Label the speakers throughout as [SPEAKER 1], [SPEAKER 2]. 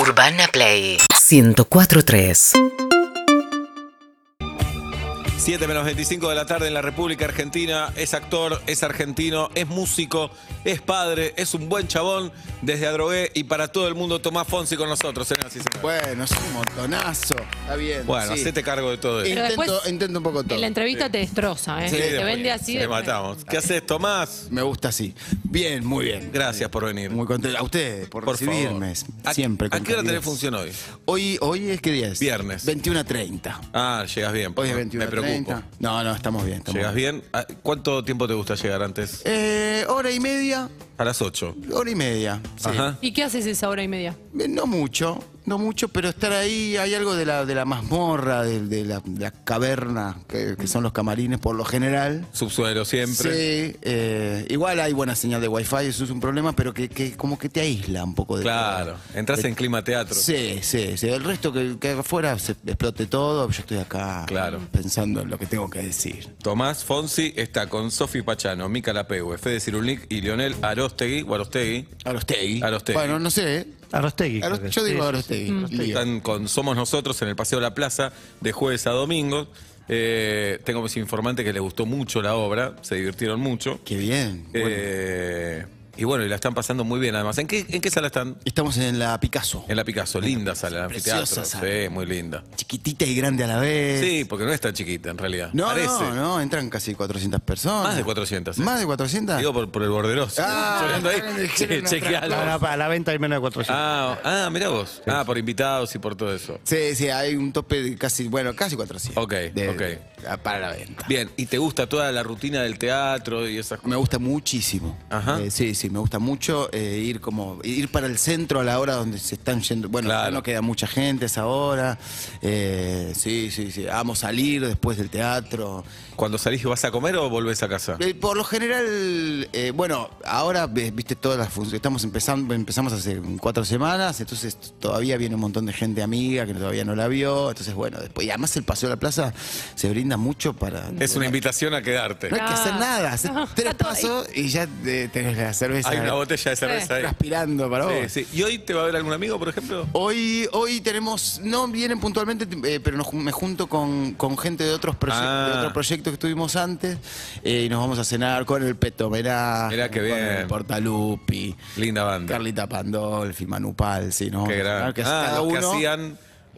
[SPEAKER 1] Urbana Play 1043.
[SPEAKER 2] 7 menos 25 de la tarde en la República Argentina. Es actor, es argentino, es músico, es padre, es un buen chabón. Desde Adrogué y para todo el mundo, Tomás Fonsi con nosotros, señoras y señores.
[SPEAKER 3] Bueno, es un montonazo. Está bien.
[SPEAKER 2] Bueno,
[SPEAKER 3] sí.
[SPEAKER 2] hacete cargo de todo eso.
[SPEAKER 3] intento,
[SPEAKER 4] después-
[SPEAKER 3] intento un poco todo.
[SPEAKER 4] En la entrevista te destroza, ¿eh?
[SPEAKER 2] Sí,
[SPEAKER 4] te
[SPEAKER 2] después
[SPEAKER 4] vende así.
[SPEAKER 2] Te
[SPEAKER 4] después.
[SPEAKER 2] matamos. ¿Qué haces, Tomás?
[SPEAKER 3] Me gusta así. Bien, muy bien.
[SPEAKER 2] Gracias por venir.
[SPEAKER 3] Muy contento. A ustedes por,
[SPEAKER 2] Por favor.
[SPEAKER 3] recibirme.
[SPEAKER 2] ¿A-
[SPEAKER 3] Siempre.
[SPEAKER 2] ¿A
[SPEAKER 3] con
[SPEAKER 2] qué hora tenés
[SPEAKER 3] calidez.
[SPEAKER 2] función hoy?
[SPEAKER 3] Hoy, hoy es que 10.
[SPEAKER 2] Viernes.
[SPEAKER 3] 21.30.
[SPEAKER 2] Ah, llegas bien.
[SPEAKER 3] Hoy es
[SPEAKER 2] Me preocupo.
[SPEAKER 3] 21.30. No, no, estamos bien. Estamos
[SPEAKER 2] ¿Llegas bien? Ah, ¿Cuánto tiempo te gusta llegar antes?
[SPEAKER 3] Eh, hora y media.
[SPEAKER 2] A las 8.
[SPEAKER 3] Hora y media. sí.
[SPEAKER 2] Ajá.
[SPEAKER 4] ¿Y qué haces esa hora y media?
[SPEAKER 3] Eh, No mucho, no mucho, pero estar ahí, hay algo de la, de la mazmorra, de, de la, de la caverna, que, que son los camarines por lo general.
[SPEAKER 2] Subsuelo siempre.
[SPEAKER 3] Sí, eh, igual hay buena señal de wifi, eso es un problema, pero que, que como que te aísla un poco de
[SPEAKER 2] Claro. Entras en clima teatro.
[SPEAKER 3] Sí, sí, sí. El resto que, que afuera se explote todo, yo estoy acá
[SPEAKER 2] Claro.
[SPEAKER 3] pensando en lo que tengo que decir.
[SPEAKER 2] Tomás Fonsi está con Sofi Pachano, Mica Lapegue, Fede Cirulic y Leonel Arostegui, o Arostegui.
[SPEAKER 3] Arostegui.
[SPEAKER 2] Arostegui.
[SPEAKER 3] Bueno, no sé.
[SPEAKER 5] Arostegui.
[SPEAKER 3] Aros-
[SPEAKER 5] creo que
[SPEAKER 3] yo
[SPEAKER 5] es.
[SPEAKER 3] digo
[SPEAKER 5] Sí,
[SPEAKER 3] Arostegui. Lío.
[SPEAKER 2] Están con Somos Nosotros en el Paseo de la Plaza de jueves a domingo. Eh, tengo mis informantes que les gustó mucho la obra, se divirtieron mucho.
[SPEAKER 3] Qué bien. bueno.
[SPEAKER 2] Eh, y bueno, y la están pasando muy bien además. ¿En qué, en qué sala están?
[SPEAKER 3] Estamos en la Picasso.
[SPEAKER 2] En la Picasso, linda sala, el
[SPEAKER 3] Preciosa
[SPEAKER 2] anfiteatro.
[SPEAKER 3] sala.
[SPEAKER 2] Sí, muy linda.
[SPEAKER 3] Chiquitita y grande a la vez.
[SPEAKER 2] Sí, porque no es tan chiquita en realidad.
[SPEAKER 3] No,
[SPEAKER 2] Parece.
[SPEAKER 3] no, no, entran casi 400 personas.
[SPEAKER 2] Más de 400, ¿eh?
[SPEAKER 3] ¿Más de 400?
[SPEAKER 2] Digo por, por el borderoso.
[SPEAKER 3] Ah,
[SPEAKER 2] Yo ando ahí,
[SPEAKER 3] me dijeron
[SPEAKER 2] che-
[SPEAKER 3] otra
[SPEAKER 2] chequealo.
[SPEAKER 5] No, no, para la venta hay menos de 400.
[SPEAKER 2] Ah, ah, mirá vos. Ah, por invitados y por todo eso.
[SPEAKER 3] Sí, sí, hay un tope de casi, bueno, casi 400.
[SPEAKER 2] Ok,
[SPEAKER 3] de-
[SPEAKER 2] ok.
[SPEAKER 3] de- para la venta.
[SPEAKER 2] Bien, ¿y te gusta toda la rutina del teatro y esas
[SPEAKER 3] Me
[SPEAKER 2] cosas?
[SPEAKER 3] gusta muchísimo.
[SPEAKER 2] Ajá.
[SPEAKER 3] Eh, sí, sí, me gusta mucho eh, ir como ir para el centro a la hora donde se están yendo. Bueno, ya
[SPEAKER 2] Claro.
[SPEAKER 3] no queda mucha gente a esa hora. Eh, sí, sí, sí. Amo salir después del teatro.
[SPEAKER 2] ¿Cuando salís vas a comer o volvés a casa?
[SPEAKER 3] Eh, por lo general, eh, bueno, ahora eh, viste todas las funciones. Estamos empezando, empezamos hace cuatro semanas, entonces t- todavía viene un montón de gente amiga que todavía no la vio. Entonces, bueno, después, y además el paseo de la plaza se brinda mucho para.
[SPEAKER 2] Es una invitación a quedarte.
[SPEAKER 3] No hay que hacer nada, hacer
[SPEAKER 4] No,
[SPEAKER 3] tres
[SPEAKER 4] está todo ahí.
[SPEAKER 3] pasos y ya eh, tenés la cerveza
[SPEAKER 2] Hay una botella de cerveza ahí.
[SPEAKER 3] transpirando para vos.
[SPEAKER 2] Sí, sí. ¿Y hoy te va a ver algún amigo, por ejemplo?
[SPEAKER 3] Hoy, hoy tenemos, no vienen puntualmente, eh, pero nos ju- me junto con, con gente de otros, proye-
[SPEAKER 2] Ah.
[SPEAKER 3] de otros proyectos que estuvimos antes eh, y nos vamos a cenar con el Peto Verá,
[SPEAKER 2] Mirá qué
[SPEAKER 3] con
[SPEAKER 2] bien.
[SPEAKER 3] el Portalupi,
[SPEAKER 2] Linda banda.
[SPEAKER 3] Carlita Pandolfi, Manu Palsi, ¿no?
[SPEAKER 2] Qué gran.
[SPEAKER 3] Que
[SPEAKER 2] Ah,
[SPEAKER 3] cada
[SPEAKER 2] los que
[SPEAKER 3] uno,
[SPEAKER 2] hacían,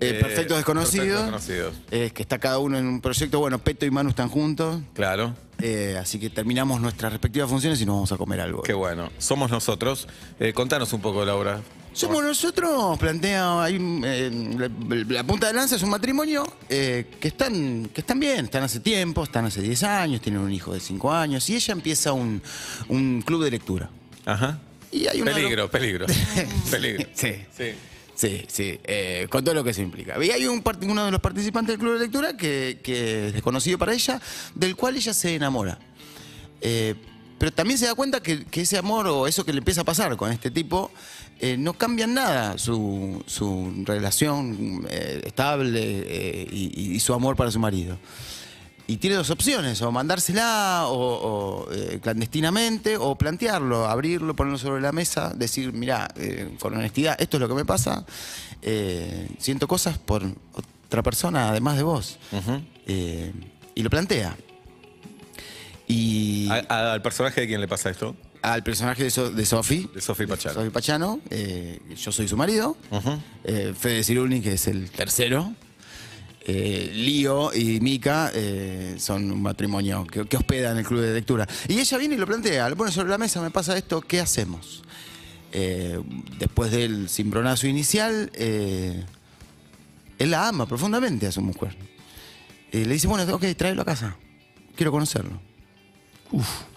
[SPEAKER 3] eh,
[SPEAKER 2] eh,
[SPEAKER 3] Perfectos Desconocidos.
[SPEAKER 2] Perfectos Desconocidos.
[SPEAKER 3] eh, que está cada uno en un proyecto. Bueno, Peto y Manu están juntos.
[SPEAKER 2] Claro.
[SPEAKER 3] eh, así que terminamos nuestras respectivas funciones y nos vamos a comer algo.
[SPEAKER 2] Qué bueno. Somos nosotros. Eh, contanos un poco de la obra.
[SPEAKER 3] Somos nosotros, plantea, hay, un, eh, la, la punta de lanza es un matrimonio eh, que, están, que están bien, están hace tiempo, están hace 10 años, tienen un hijo de 5 años y ella empieza un, un club de lectura.
[SPEAKER 2] Ajá.
[SPEAKER 3] Y hay una-
[SPEAKER 2] Peligro, peligro. peligro.
[SPEAKER 3] Sí.
[SPEAKER 2] Sí.
[SPEAKER 3] Sí, sí, eh, con todo lo que se implica. Y hay un part- uno de los participantes del club de lectura que, que es desconocido para ella, del cual ella se enamora. Eh, pero también se da cuenta que, que ese amor o eso que le empieza a pasar con este tipo eh, no cambia en nada su, su relación eh, estable eh, y, y su amor para su marido. Y tiene dos opciones, o mandársela o, o, eh, clandestinamente, o plantearlo, abrirlo, ponerlo sobre la mesa, decir, mirá, eh, con honestidad, esto es lo que me pasa, eh, siento cosas por otra persona, además de vos.
[SPEAKER 2] Ujú.
[SPEAKER 3] Eh, y lo plantea. Y
[SPEAKER 2] A- a- ¿Al personaje de quién le pasa esto?
[SPEAKER 3] al personaje de, So- de Sofi,
[SPEAKER 2] ah. De Sofi Pachano.
[SPEAKER 3] Sofi Pachano, eh, yo soy su marido,
[SPEAKER 2] Ujú.
[SPEAKER 3] eh, Fede Cirulni, que es el tercero. Eh, Lío y Mika eh, son un matrimonio que, que hospeda en el club de lectura. Y ella viene y lo plantea, lo pone sobre la mesa, me pasa esto, ¿qué hacemos? Eh, después del cimbronazo inicial, eh, él la ama profundamente a su mujer. Eh, le dice, bueno, ok, tráelo a casa, quiero conocerlo.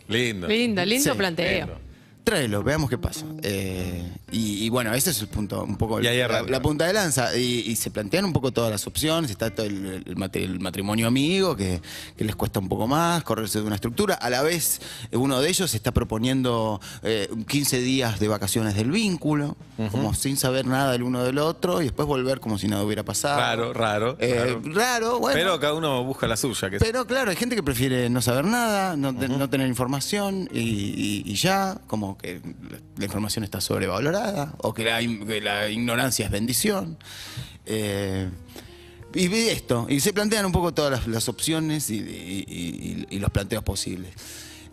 [SPEAKER 2] Lindo.
[SPEAKER 4] Lindo, lindo
[SPEAKER 3] Sí,
[SPEAKER 4] planteo.
[SPEAKER 2] lindo.
[SPEAKER 3] Tráelo, veamos qué pasa. Eh, y, y bueno, ese es el punto, un poco
[SPEAKER 2] Y ahí
[SPEAKER 3] la,
[SPEAKER 2] arranca.
[SPEAKER 3] la punta de lanza. Y, y se plantean un poco todas las opciones. Está todo el, el mate- el matrimonio amigo, que, que les cuesta un poco más, correrse de una estructura. A la vez, eh, uno de ellos está proponiendo eh, 15 días de vacaciones del vínculo, como sin saber nada del uno del otro, y después volver como si nada hubiera
[SPEAKER 4] Ah.
[SPEAKER 3] pasado.
[SPEAKER 2] Raro, raro.
[SPEAKER 3] Eh,
[SPEAKER 2] raro.
[SPEAKER 3] raro, bueno.
[SPEAKER 2] Pero cada uno busca la suya. Que
[SPEAKER 3] Pero claro, hay gente que prefiere no saber nada, no, te- no tener información y, y- y ya, como que la información está sobrevalorada o que la, in- que la ignorancia es bendición. Eh, y ve esto, y se plantean un poco todas las, las opciones y, y- y- y- y los planteos posibles.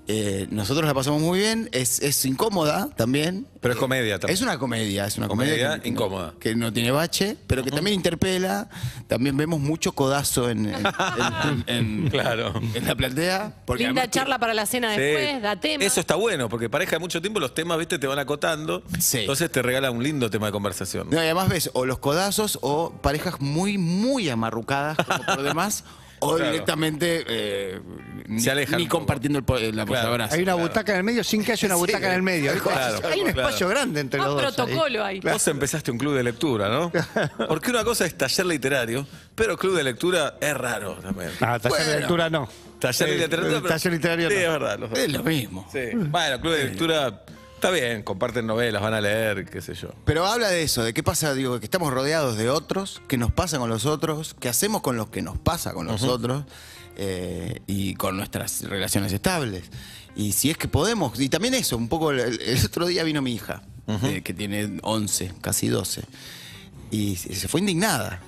[SPEAKER 3] Eh, nosotros la pasamos muy bien, es, es incómoda también.
[SPEAKER 2] Pero es comedia también.
[SPEAKER 3] eh, Es una comedia, es una comedia.
[SPEAKER 2] Comedia
[SPEAKER 3] que-
[SPEAKER 2] incómoda.
[SPEAKER 3] Que no tiene bache, pero que también interpela. También vemos mucho codazo en, en- en- en-
[SPEAKER 2] Claro.
[SPEAKER 3] en la platea. Porque
[SPEAKER 4] Linda
[SPEAKER 3] además que-
[SPEAKER 4] charla para la cena
[SPEAKER 2] Sí.
[SPEAKER 4] después, da tema.
[SPEAKER 2] Eso está bueno, porque pareja de mucho tiempo los temas, viste, te van acotando.
[SPEAKER 3] Sí.
[SPEAKER 2] Entonces te regala un lindo tema de conversación.
[SPEAKER 3] No, y además ves o los codazos o parejas muy, muy amarrucadas como por demás. O
[SPEAKER 2] Claro.
[SPEAKER 3] directamente eh, ni,
[SPEAKER 2] Se alejan
[SPEAKER 3] ni
[SPEAKER 2] un poco.
[SPEAKER 3] compartiendo el, po- la abrazo.
[SPEAKER 5] Hay una butaca en el medio sin que haya una butaca en el medio. ¿viste?
[SPEAKER 2] Claro,
[SPEAKER 5] hay un
[SPEAKER 2] claro.
[SPEAKER 5] espacio grande entre
[SPEAKER 4] Más
[SPEAKER 5] los dos. ahí.
[SPEAKER 4] Ah, protocolo ahí.
[SPEAKER 2] Vos empezaste un club de lectura, ¿no? Porque una cosa es taller literario, pero club de lectura es raro también.
[SPEAKER 5] Ah, taller de
[SPEAKER 3] Bueno.
[SPEAKER 5] lectura no.
[SPEAKER 2] Taller
[SPEAKER 5] Eh,
[SPEAKER 2] de literatura.
[SPEAKER 5] eh,
[SPEAKER 2] pero-
[SPEAKER 5] taller literario
[SPEAKER 2] Sí,
[SPEAKER 5] no.
[SPEAKER 2] es verdad. los dos.
[SPEAKER 3] Es lo mismo.
[SPEAKER 2] Sí. Bueno, club de lectura está bien, comparten novelas, van a leer, qué sé yo.
[SPEAKER 3] Pero habla de eso, de qué pasa, digo, que estamos rodeados de otros, qué nos pasa con los otros, qué hacemos con los que nos pasa con los otros eh, y con nuestras relaciones estables. Y si es que podemos, y también eso, un poco, el, el otro día vino mi hija, eh, que tiene 11, casi 12, y se se fue indignada.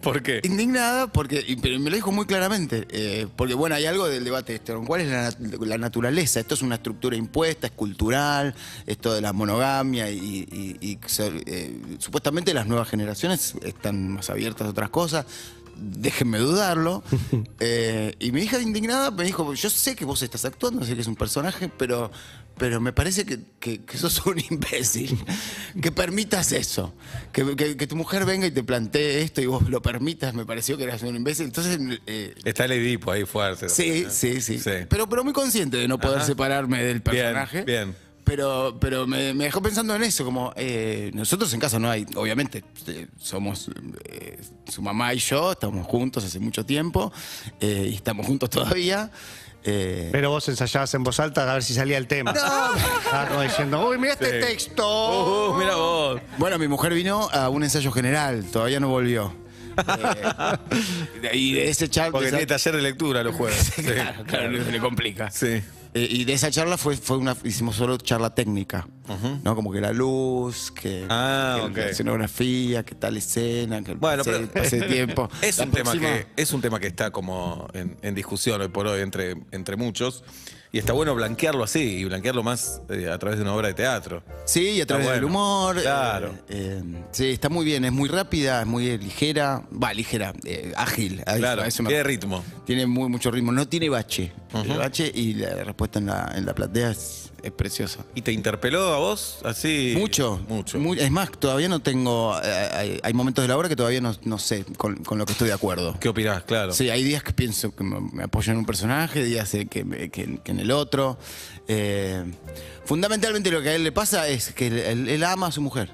[SPEAKER 2] ¿Por qué?
[SPEAKER 3] Indignada porque, y- pero me lo dijo muy claramente, eh, porque bueno, hay algo del debate este, ¿cuál es la, nat- la naturaleza? Esto es una estructura impuesta, es cultural, esto de la monogamia y, y- y ser, eh, supuestamente las nuevas generaciones están más abiertas a otras cosas. Déjenme dudarlo. Eh, y mi hija indignada me dijo, yo sé que vos estás actuando, sé que es un personaje, pero, pero me parece que, que- que sos un imbécil. Que permitas eso. Que, que- que tu mujer venga y te plantee esto y vos lo permitas, me pareció que eras un imbécil. Entonces, eh,
[SPEAKER 2] Está el Edipo ahí fuerte.
[SPEAKER 3] sí,
[SPEAKER 2] ¿no?
[SPEAKER 3] sí, sí,
[SPEAKER 2] Sí.
[SPEAKER 3] Pero, pero muy consciente de no poder
[SPEAKER 2] Ajá.
[SPEAKER 3] separarme del
[SPEAKER 2] Bien,
[SPEAKER 3] personaje.
[SPEAKER 2] bien.
[SPEAKER 3] Pero, pero me, me dejó pensando en eso, como eh, nosotros en casa no hay, obviamente, eh, somos eh, su mamá y yo, estamos juntos hace mucho tiempo eh, y estamos juntos todavía. eh,
[SPEAKER 5] Pero vos ensayabas en voz alta a ver si salía el tema. Ah, como diciendo, uy, mira este
[SPEAKER 2] Sí.
[SPEAKER 5] texto.
[SPEAKER 2] Uh, mira vos.
[SPEAKER 3] Bueno, mi mujer vino a un ensayo general, todavía no volvió. Eh, y de ese charla.
[SPEAKER 2] Porque tiene taller de lectura los jueves. Sí.
[SPEAKER 3] claro, claro, se le complica.
[SPEAKER 2] Sí.
[SPEAKER 3] Eh, y de esa charla fue, fue una, hicimos solo charla técnica, ¿no? Como que la luz, que,
[SPEAKER 2] Ah,
[SPEAKER 3] que la
[SPEAKER 2] ok.
[SPEAKER 3] escenografía, que tal escena, que el
[SPEAKER 2] Bueno,
[SPEAKER 3] pase,
[SPEAKER 2] pero-
[SPEAKER 3] el pase de tiempo.
[SPEAKER 2] Es
[SPEAKER 3] La
[SPEAKER 2] un, tema
[SPEAKER 3] próxima-
[SPEAKER 2] que, es un tema que está como en, en discusión hoy por hoy entre, entre muchos. Y está bueno blanquearlo así, y blanquearlo más eh, a través de una obra de teatro.
[SPEAKER 3] Sí, y a
[SPEAKER 2] Está
[SPEAKER 3] través del
[SPEAKER 2] bueno.
[SPEAKER 3] humor. eh,
[SPEAKER 2] Claro.
[SPEAKER 3] eh, sí, está muy bien, es muy rápida, es muy ligera. Va, ligera, eh, ágil. ahí
[SPEAKER 2] Claro,
[SPEAKER 3] va, es una-
[SPEAKER 2] tiene ritmo.
[SPEAKER 3] Tiene muy, mucho ritmo, no tiene bache. El bache y la respuesta en la, en la platea es, es preciosa.
[SPEAKER 2] ¿Y te interpeló a vos así?
[SPEAKER 3] Mucho,
[SPEAKER 2] Mucho.
[SPEAKER 3] Mu- es más, todavía no tengo. eh, hay, hay momentos de la obra que todavía no, no sé con, con lo que estoy de acuerdo.
[SPEAKER 2] ¿Qué opinás? Claro.
[SPEAKER 3] Sí, hay días que pienso que me, me apoyo en un personaje, días eh, que, me- que- que en el otro. Eh, fundamentalmente lo que a él le pasa es que él, él- él ama a su mujer.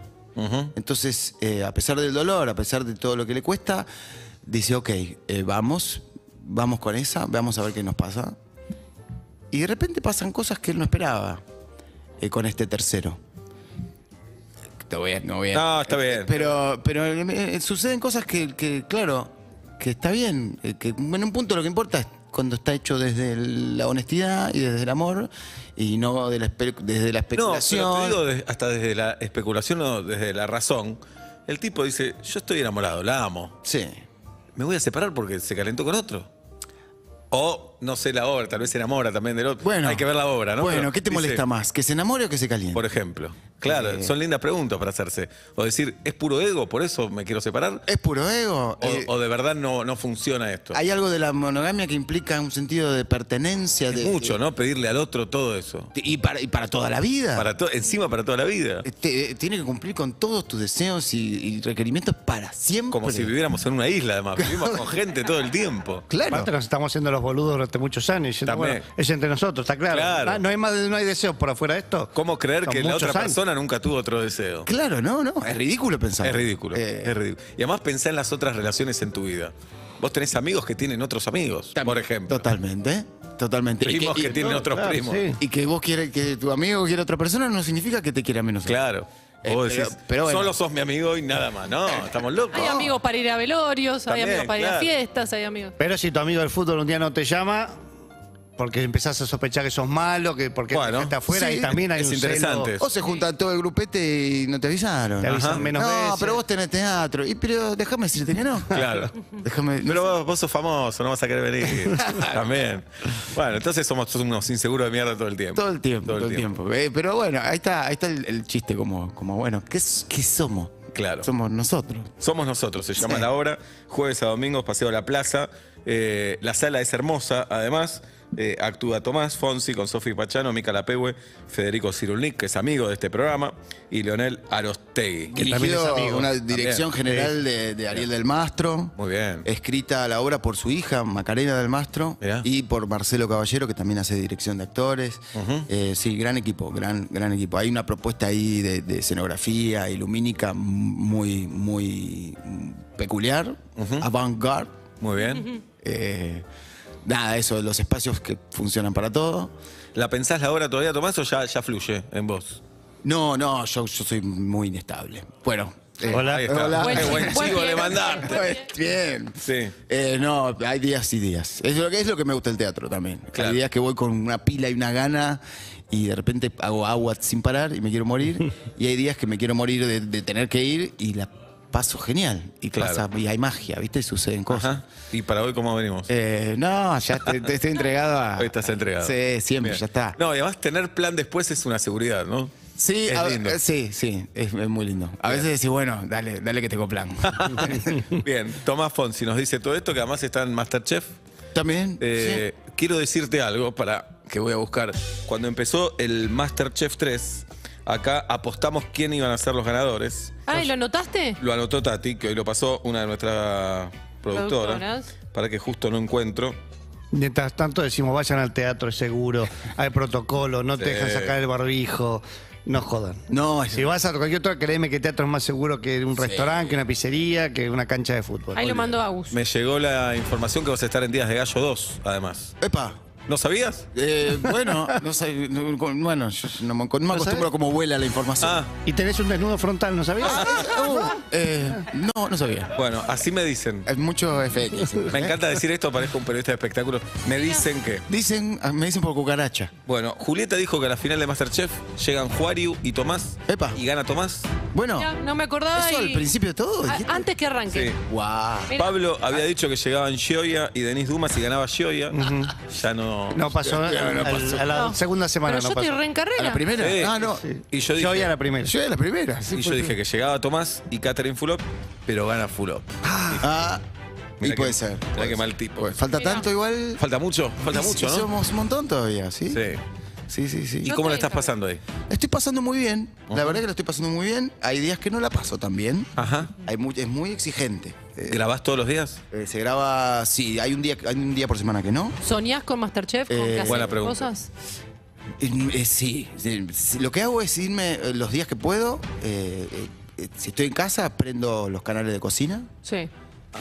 [SPEAKER 3] Entonces, eh, a pesar del dolor, a pesar de todo lo que le cuesta, dice, ok, eh, vamos, vamos con esa, vamos a ver qué nos pasa. Y de repente pasan cosas que él no esperaba eh, con este tercero. Te voy a- no voy a-
[SPEAKER 2] No, está bien.
[SPEAKER 3] pero, pero eh, eh, suceden cosas que, que, claro, que está bien. eh, Que en un punto lo que importa es cuando está hecho desde el- la honestidad y desde el amor y no de la espe- desde
[SPEAKER 2] No,
[SPEAKER 3] la especulación.
[SPEAKER 2] pero te digo de- hasta desde la especulación o desde la razón. El tipo dice, yo estoy enamorado, la amo.
[SPEAKER 3] Sí.
[SPEAKER 2] Me voy a separar porque se calentó con otro. O, no sé, la obra, tal vez se enamora también del otro.
[SPEAKER 3] Bueno.
[SPEAKER 2] Hay que ver la obra, ¿no?
[SPEAKER 3] Bueno,
[SPEAKER 2] Pero
[SPEAKER 3] ¿qué te
[SPEAKER 2] dice,
[SPEAKER 3] molesta más? ¿Que se enamore o que se caliente?
[SPEAKER 2] Por ejemplo. Claro,
[SPEAKER 3] Eh.
[SPEAKER 2] son lindas preguntas para hacerse. O decir, ¿es puro ego? ¿Por eso me quiero separar?
[SPEAKER 3] ¿Es puro ego?
[SPEAKER 2] O,
[SPEAKER 3] Eh,
[SPEAKER 2] o de verdad no, no funciona esto?
[SPEAKER 3] hay algo de la monogamia que implica un sentido de pertenencia. de,
[SPEAKER 2] Mucho,
[SPEAKER 3] de-
[SPEAKER 2] ¿no? Pedirle al otro todo eso.
[SPEAKER 3] y, para, y para toda la vida.
[SPEAKER 2] Para to- encima para toda la vida.
[SPEAKER 3] Eh, te- eh, tiene que cumplir con todos tus deseos y, y requerimientos para siempre.
[SPEAKER 2] Como si viviéramos en una isla, además. Vivimos con gente todo el tiempo.
[SPEAKER 3] Claro.
[SPEAKER 5] Aparte nos estamos haciendo los boludos durante muchos años. diciendo,
[SPEAKER 2] También.
[SPEAKER 5] bueno, es entre nosotros, está claro.
[SPEAKER 2] Claro.
[SPEAKER 5] Ah, No hay más, no hay deseos por afuera de esto.
[SPEAKER 2] ¿Cómo creer
[SPEAKER 5] Son
[SPEAKER 2] que la
[SPEAKER 5] muchos
[SPEAKER 2] otra
[SPEAKER 5] años.
[SPEAKER 2] persona nunca tuvo otro deseo?
[SPEAKER 3] Claro, no, no. Es ridículo pensar.
[SPEAKER 2] Es ridículo,
[SPEAKER 3] Eh,
[SPEAKER 2] es ridículo. Y además pensá en las otras relaciones en tu vida. Vos tenés amigos que tienen otros amigos,
[SPEAKER 3] también.
[SPEAKER 2] por ejemplo.
[SPEAKER 3] Totalmente. Totalmente. Y
[SPEAKER 2] Primos
[SPEAKER 3] que,
[SPEAKER 2] que,
[SPEAKER 3] y-
[SPEAKER 2] tienen
[SPEAKER 5] no,
[SPEAKER 2] otros
[SPEAKER 5] claro,
[SPEAKER 2] primos.
[SPEAKER 5] sí.
[SPEAKER 3] y que vos quieres que tu amigo quiera otra persona no significa que te quiera menos. a vos.
[SPEAKER 2] Claro.
[SPEAKER 3] Eh,
[SPEAKER 2] Vos
[SPEAKER 3] pero-
[SPEAKER 2] decís,
[SPEAKER 3] pero bueno.
[SPEAKER 2] solo sos mi amigo y nada más. No, estamos locos.
[SPEAKER 4] Hay amigos para ir a velorios,
[SPEAKER 2] También,
[SPEAKER 4] hay amigos para ir
[SPEAKER 2] claro.
[SPEAKER 4] a fiestas, hay amigos.
[SPEAKER 5] Pero si tu amigo del fútbol un día no te llama, porque empezás a sospechar que sos malo, que porque
[SPEAKER 2] Bueno,
[SPEAKER 5] está afuera
[SPEAKER 3] sí,
[SPEAKER 5] y también hay
[SPEAKER 2] es
[SPEAKER 5] un celo.
[SPEAKER 2] interesante eso.
[SPEAKER 3] O se juntan todo el grupete y no te avisaron.
[SPEAKER 5] Te avisan
[SPEAKER 2] Ajá.
[SPEAKER 5] menos
[SPEAKER 3] no,
[SPEAKER 5] veces.
[SPEAKER 3] pero vos tenés teatro. Y pero déjame decirte que no.
[SPEAKER 2] Claro.
[SPEAKER 3] Déjame.
[SPEAKER 2] Pero vos, vos sos famoso, no vas a querer venir. También. Bueno, entonces somos unos inseguros de mierda todo el tiempo.
[SPEAKER 3] Todo el tiempo, todo, el tiempo. Eh, pero bueno, ahí está, ahí está el, el chiste como, como bueno. ¿Qué, s- qué somos?
[SPEAKER 2] Claro.
[SPEAKER 3] Somos nosotros.
[SPEAKER 2] Somos nosotros, se llama
[SPEAKER 3] Sí.
[SPEAKER 2] la obra. Jueves a domingos, paseo a la plaza. Eh, la sala es hermosa, además. Eh, actúa Tomás Fonsi con Sofi Pachano, Mica Lapehue, Federico Cirulnik, que es amigo de este programa, y Leonel Arostegui.
[SPEAKER 5] Que también es
[SPEAKER 3] Dirigido
[SPEAKER 5] amigo.
[SPEAKER 3] una dirección
[SPEAKER 2] También,
[SPEAKER 3] general de, de Ariel del Mastro.
[SPEAKER 2] Muy bien.
[SPEAKER 3] Eh. Escrita la obra por su hija, Macarena del Mastro,
[SPEAKER 2] Mirá.
[SPEAKER 3] y por Marcelo Caballero, que también hace dirección de actores. Eh, sí, gran equipo, gran, gran equipo. Hay una propuesta ahí de, de escenografía ilumínica muy, muy peculiar, avant-garde.
[SPEAKER 2] Muy bien.
[SPEAKER 3] Eh, nada, eso, los espacios que funcionan para todo.
[SPEAKER 2] ¿La pensás la obra todavía, Tomás, o ya, ya fluye en vos?
[SPEAKER 3] No, no, yo, yo soy muy inestable. Bueno. eh,
[SPEAKER 5] Hola.
[SPEAKER 2] Ahí está.
[SPEAKER 3] Hola.
[SPEAKER 2] Qué buen
[SPEAKER 4] Buen
[SPEAKER 2] chivo
[SPEAKER 4] pie.
[SPEAKER 2] le mandaste.
[SPEAKER 3] Bien.
[SPEAKER 2] Sí.
[SPEAKER 3] Eh, no, hay días y días. Es lo que es lo que me gusta el teatro también.
[SPEAKER 2] Claro.
[SPEAKER 3] Hay días que voy con una pila y una gana y de repente hago agua sin parar y me quiero morir. y hay días que me quiero morir de, de tener que ir y la paso genial. Y
[SPEAKER 2] Claro.
[SPEAKER 3] pasa- y hay magia, ¿viste? Y suceden cosas.
[SPEAKER 2] Ajá. ¿Y para hoy cómo venimos?
[SPEAKER 3] Eh, no, ya te, te estoy entregado a.
[SPEAKER 2] Hoy estás entregado.
[SPEAKER 3] Sí, siempre,
[SPEAKER 2] Bien.
[SPEAKER 3] ya está.
[SPEAKER 2] No, y además tener plan después es una seguridad, ¿no?
[SPEAKER 3] Sí,
[SPEAKER 2] Es
[SPEAKER 3] a-
[SPEAKER 2] lindo.
[SPEAKER 3] eh, sí, sí, es, es muy lindo. A veces decís, bueno, dale, dale que te coplan.
[SPEAKER 2] Bien, Tomás Fonsi nos dice todo esto, que además está en Masterchef.
[SPEAKER 3] También.
[SPEAKER 2] Eh, Quiero decirte algo para que voy a buscar. Cuando empezó el Masterchef 3, acá apostamos quién iban a ser los ganadores.
[SPEAKER 4] Ay, ¿lo notaste?
[SPEAKER 2] Lo anotó Tati, que hoy lo pasó una de nuestras productoras.
[SPEAKER 4] Productoras.
[SPEAKER 2] Para que justo no encuentro.
[SPEAKER 5] Mientras tanto decimos, vayan al teatro, es seguro, hay protocolo, no
[SPEAKER 2] Sí.
[SPEAKER 5] te dejan sacar el barbijo, no jodan.
[SPEAKER 3] No, es-
[SPEAKER 5] Si vas a cualquier otro, créeme que el teatro es más seguro que un restaurante, que una pizzería, que una cancha de fútbol.
[SPEAKER 4] Ahí lo mandó Agus.
[SPEAKER 2] Me llegó la información que vas a estar en Días de Gallo 2, además.
[SPEAKER 3] Epa.
[SPEAKER 2] ¿No sabías?
[SPEAKER 3] Eh, bueno, no sé, no, con- bueno, yo no me, no me acostumbro a cómo vuela la información.
[SPEAKER 2] Ah,
[SPEAKER 5] Y tenés un desnudo frontal, ¿no sabías?
[SPEAKER 4] Ah.
[SPEAKER 3] Uh, eh, no, no sabía.
[SPEAKER 2] bueno, así me dicen.
[SPEAKER 3] Hay mucho FX.
[SPEAKER 2] Me
[SPEAKER 3] ¿eh?
[SPEAKER 2] encanta decir esto, parezco un periodista de espectáculos. Me dicen que.
[SPEAKER 3] Dicen, ah, me dicen por cucaracha.
[SPEAKER 2] Bueno, Julieta dijo que a la final de Masterchef llegan Juariu y Tomás.
[SPEAKER 3] Epa.
[SPEAKER 2] Y gana Tomás.
[SPEAKER 3] Bueno,
[SPEAKER 4] Mirá, no me acordaba.
[SPEAKER 3] eso al
[SPEAKER 4] y-
[SPEAKER 3] principio de
[SPEAKER 2] Ah,
[SPEAKER 3] todo.
[SPEAKER 4] A-
[SPEAKER 3] dijiste.
[SPEAKER 4] Antes que arranque.
[SPEAKER 2] Sí.
[SPEAKER 3] Guau.
[SPEAKER 4] Mira. Ah.
[SPEAKER 2] Pablo había dicho que llegaban Gioia y Denis Dumas y ganaba Gioia. Ya no.
[SPEAKER 5] No pasó,
[SPEAKER 3] Claro, no
[SPEAKER 5] al-
[SPEAKER 3] pasó.
[SPEAKER 5] a la
[SPEAKER 4] No.
[SPEAKER 5] segunda semana
[SPEAKER 4] Pero yo
[SPEAKER 5] no pasó.
[SPEAKER 4] estoy re en
[SPEAKER 3] ¿A la
[SPEAKER 4] carrera.
[SPEAKER 3] primera?
[SPEAKER 2] Sí.
[SPEAKER 3] Ah, no.
[SPEAKER 2] Y yo dije.
[SPEAKER 5] Yo voy a la primera.
[SPEAKER 3] Yo era la primera. sí,
[SPEAKER 2] y yo
[SPEAKER 3] porque-
[SPEAKER 2] dije que llegaba Tomás y Catherine Fulop, pero gana Fulop.
[SPEAKER 3] Ah, y
[SPEAKER 2] Mirá
[SPEAKER 3] puede
[SPEAKER 2] que-
[SPEAKER 3] ser.
[SPEAKER 2] mirá
[SPEAKER 3] puede
[SPEAKER 2] que
[SPEAKER 3] ser.
[SPEAKER 2] mal tipo.
[SPEAKER 3] Pues, Falta
[SPEAKER 4] Mirá.
[SPEAKER 3] tanto igual.
[SPEAKER 2] Falta mucho, falta
[SPEAKER 3] Y-
[SPEAKER 2] mucho,
[SPEAKER 3] y
[SPEAKER 2] ¿no?
[SPEAKER 3] Somos un montón todavía, ¿sí?
[SPEAKER 2] Sí.
[SPEAKER 3] Sí, sí, sí.
[SPEAKER 2] ¿Y
[SPEAKER 4] Yo
[SPEAKER 2] cómo la
[SPEAKER 4] estoy
[SPEAKER 2] estás pasando ahí?
[SPEAKER 3] Estoy pasando muy bien. La verdad que la estoy pasando muy bien. Hay días que no la paso tan bien.
[SPEAKER 2] Ajá.
[SPEAKER 3] Hay mu- es muy exigente. Eh,
[SPEAKER 2] ¿Grabás todos los días?
[SPEAKER 3] eh, se graba, sí, hay un día, hay un día por semana que no.
[SPEAKER 4] ¿Soñás con Masterchef? ¿Con
[SPEAKER 3] Eh,
[SPEAKER 4] que haces
[SPEAKER 2] buena pregunta.
[SPEAKER 4] cosas?
[SPEAKER 3] Eh, eh, sí, sí, sí. lo que hago es irme eh, los días que puedo. eh, eh, eh, si estoy en casa, prendo los canales de cocina.
[SPEAKER 4] Sí.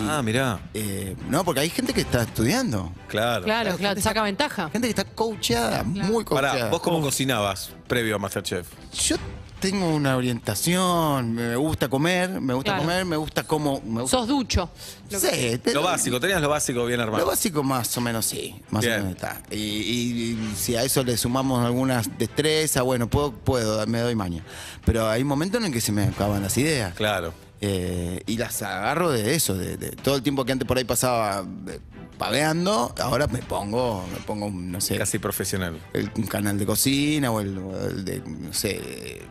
[SPEAKER 2] Ah, mirá.
[SPEAKER 3] Eh, no, porque hay gente que está estudiando.
[SPEAKER 2] Claro.
[SPEAKER 4] Claro, claro. Saca ventaja.
[SPEAKER 3] Gente que está coacheada, muy coacheada.
[SPEAKER 2] Pará, ¿vos cómo cocinabas previo a Masterchef?
[SPEAKER 3] Yo tengo una orientación, me gusta comer, me gusta
[SPEAKER 4] Claro.
[SPEAKER 3] comer, me gusta cómo... Me gusta,
[SPEAKER 4] Sos ducho. Lo que-
[SPEAKER 3] Sí, te-
[SPEAKER 2] Lo básico, tenías lo básico bien armado.
[SPEAKER 3] Lo básico más o menos sí, más
[SPEAKER 2] Bien.
[SPEAKER 3] o menos está. Y, y- y si a eso le sumamos algunas destrezas, bueno, puedo, puedo, me doy maña. Pero hay momentos en el que se me acaban las ideas.
[SPEAKER 2] Claro.
[SPEAKER 3] Eh, y las agarro de eso, de, de todo el tiempo que antes por ahí pasaba eh, paveando, ahora me pongo, me pongo, un, no sé,
[SPEAKER 2] Casi profesional.
[SPEAKER 3] el- un canal de cocina o el, o el de, no sé, eh,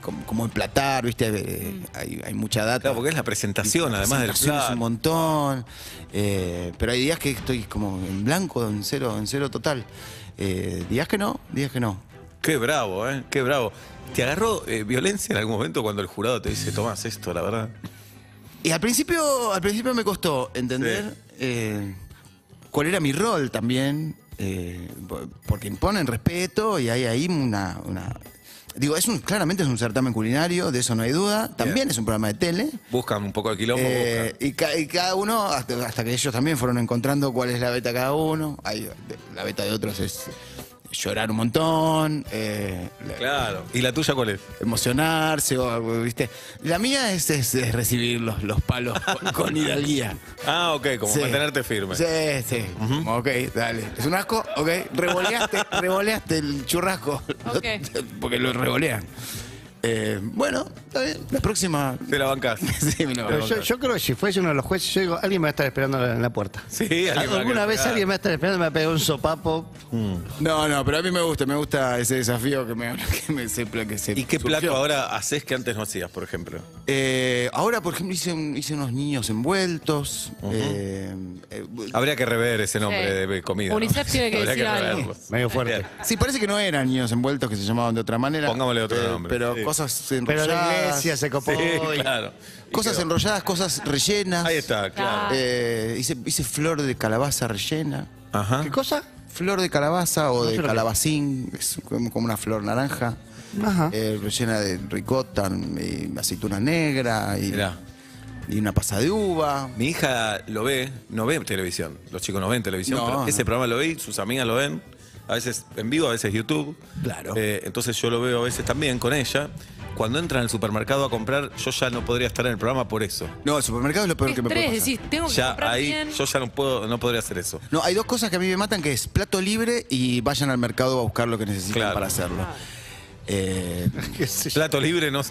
[SPEAKER 3] como, como emplatar, ¿viste? Eh, Hay, hay mucha data.
[SPEAKER 2] Mm. Claro, porque es la presentación, además del
[SPEAKER 3] Presentación es
[SPEAKER 2] plato.
[SPEAKER 3] un montón. eh, pero hay días que estoy como en blanco, en cero, en cero total. Eh, días que no, días que no.
[SPEAKER 2] Qué bravo, ¿eh? Qué bravo. ¿Te agarró eh, violencia en algún momento cuando el jurado te dice, Tomás, esto, la verdad?
[SPEAKER 3] Y al principio, al principio me costó entender eh, cuál era mi rol también, eh, po- porque imponen respeto y hay ahí una... una- digo, es un, claramente es un certamen culinario, de eso no hay duda. También
[SPEAKER 2] Bien.
[SPEAKER 3] es un programa de tele.
[SPEAKER 2] Buscan un poco de quilombo.
[SPEAKER 3] Eh,
[SPEAKER 2] buscan.
[SPEAKER 3] y, ca- y cada uno, hasta, hasta que ellos también fueron encontrando cuál es la beta de cada uno. Hay- la beta de otros es llorar un montón, eh, la-
[SPEAKER 2] Claro. ¿Y la tuya cuál es?
[SPEAKER 3] emocionarse, o, algo, ¿viste? La mía es, es- es recibir los, los palos con, con hidalguía.
[SPEAKER 2] Ah, ok, como
[SPEAKER 3] Sí.
[SPEAKER 2] mantenerte firme.
[SPEAKER 3] Sí, sí. Como, Ok, dale. ¿Es un asco? Ok. Revoleaste, revoleaste el churrasco.
[SPEAKER 4] Ok.
[SPEAKER 3] Porque lo revolean. Eh, bueno, está bien. La próxima.
[SPEAKER 2] Te la bancás.
[SPEAKER 3] Sí, me la voy a
[SPEAKER 5] Pero yo,
[SPEAKER 3] bancar.
[SPEAKER 5] yo creo que si fuese uno de los jueces, yo digo, alguien me va a estar esperando en la- en la puerta.
[SPEAKER 2] Sí, alguien me va a
[SPEAKER 5] Alguna
[SPEAKER 2] querer
[SPEAKER 5] vez
[SPEAKER 2] pegar.
[SPEAKER 5] alguien me va a estar esperando, me va a pegar un sopapo.
[SPEAKER 3] No, no, pero a mí me gusta, me gusta ese desafío que me, que me se, que se
[SPEAKER 2] ¿Y qué
[SPEAKER 3] surgió.
[SPEAKER 2] plato ahora haces que antes no hacías, por ejemplo?
[SPEAKER 3] Eh, ahora, por ejemplo, hice, un- hice unos niños envueltos. eh, eh,
[SPEAKER 2] Habría que rever ese nombre
[SPEAKER 4] Sí.
[SPEAKER 2] de comida.
[SPEAKER 4] Unicef tiene que
[SPEAKER 2] Habría
[SPEAKER 4] decir algo.
[SPEAKER 2] reverlo.
[SPEAKER 5] Medio fuerte.
[SPEAKER 3] sí, parece que no eran niños envueltos que se llamaban de otra manera. eh,
[SPEAKER 2] Pongámosle otro nombre.
[SPEAKER 3] Pero
[SPEAKER 2] Sí.
[SPEAKER 3] cosas
[SPEAKER 5] Pero
[SPEAKER 3] enrolladas.
[SPEAKER 5] Pues la iglesia se copó.
[SPEAKER 2] Sí,
[SPEAKER 5] y-
[SPEAKER 2] claro. Y
[SPEAKER 3] Cosas
[SPEAKER 2] quedó.
[SPEAKER 3] enrolladas, cosas rellenas.
[SPEAKER 2] Ahí está, claro.
[SPEAKER 4] Claro.
[SPEAKER 3] Eh, hice, hice flor de calabaza rellena.
[SPEAKER 2] Ajá.
[SPEAKER 5] ¿Qué cosa?
[SPEAKER 3] Ah. Flor de calabaza o de
[SPEAKER 5] sé lo que-
[SPEAKER 3] calabacín, es como como una flor naranja.
[SPEAKER 5] Ajá.
[SPEAKER 3] eh, rellena de ricota, y aceituna negra y,
[SPEAKER 2] Mirá.
[SPEAKER 3] y una pasa de uva.
[SPEAKER 2] Mi hija lo ve, no ve televisión. Los chicos no ven televisión,
[SPEAKER 3] No,
[SPEAKER 2] pero
[SPEAKER 3] no.
[SPEAKER 2] ese programa lo ve, y sus amigas lo ven. A veces en vivo, a veces YouTube.
[SPEAKER 3] Claro.
[SPEAKER 2] Eh, entonces yo lo veo a veces también con ella. Cuando entran al supermercado a comprar, yo ya no podría estar en el programa por eso.
[SPEAKER 3] No, el supermercado es lo peor que me puede
[SPEAKER 4] Estrés,
[SPEAKER 3] pasar.
[SPEAKER 4] decís, tengo que
[SPEAKER 2] Ya
[SPEAKER 4] comprar
[SPEAKER 2] ahí
[SPEAKER 4] bien.
[SPEAKER 2] yo ya no puedo, no podría hacer eso.
[SPEAKER 3] No, hay dos cosas que a mí me matan, que es plato libre y vayan al mercado a buscar lo que necesitan
[SPEAKER 2] Claro.
[SPEAKER 3] para hacerlo. Eh,
[SPEAKER 5] Ah. ¿Qué sé yo?
[SPEAKER 2] Plato libre no.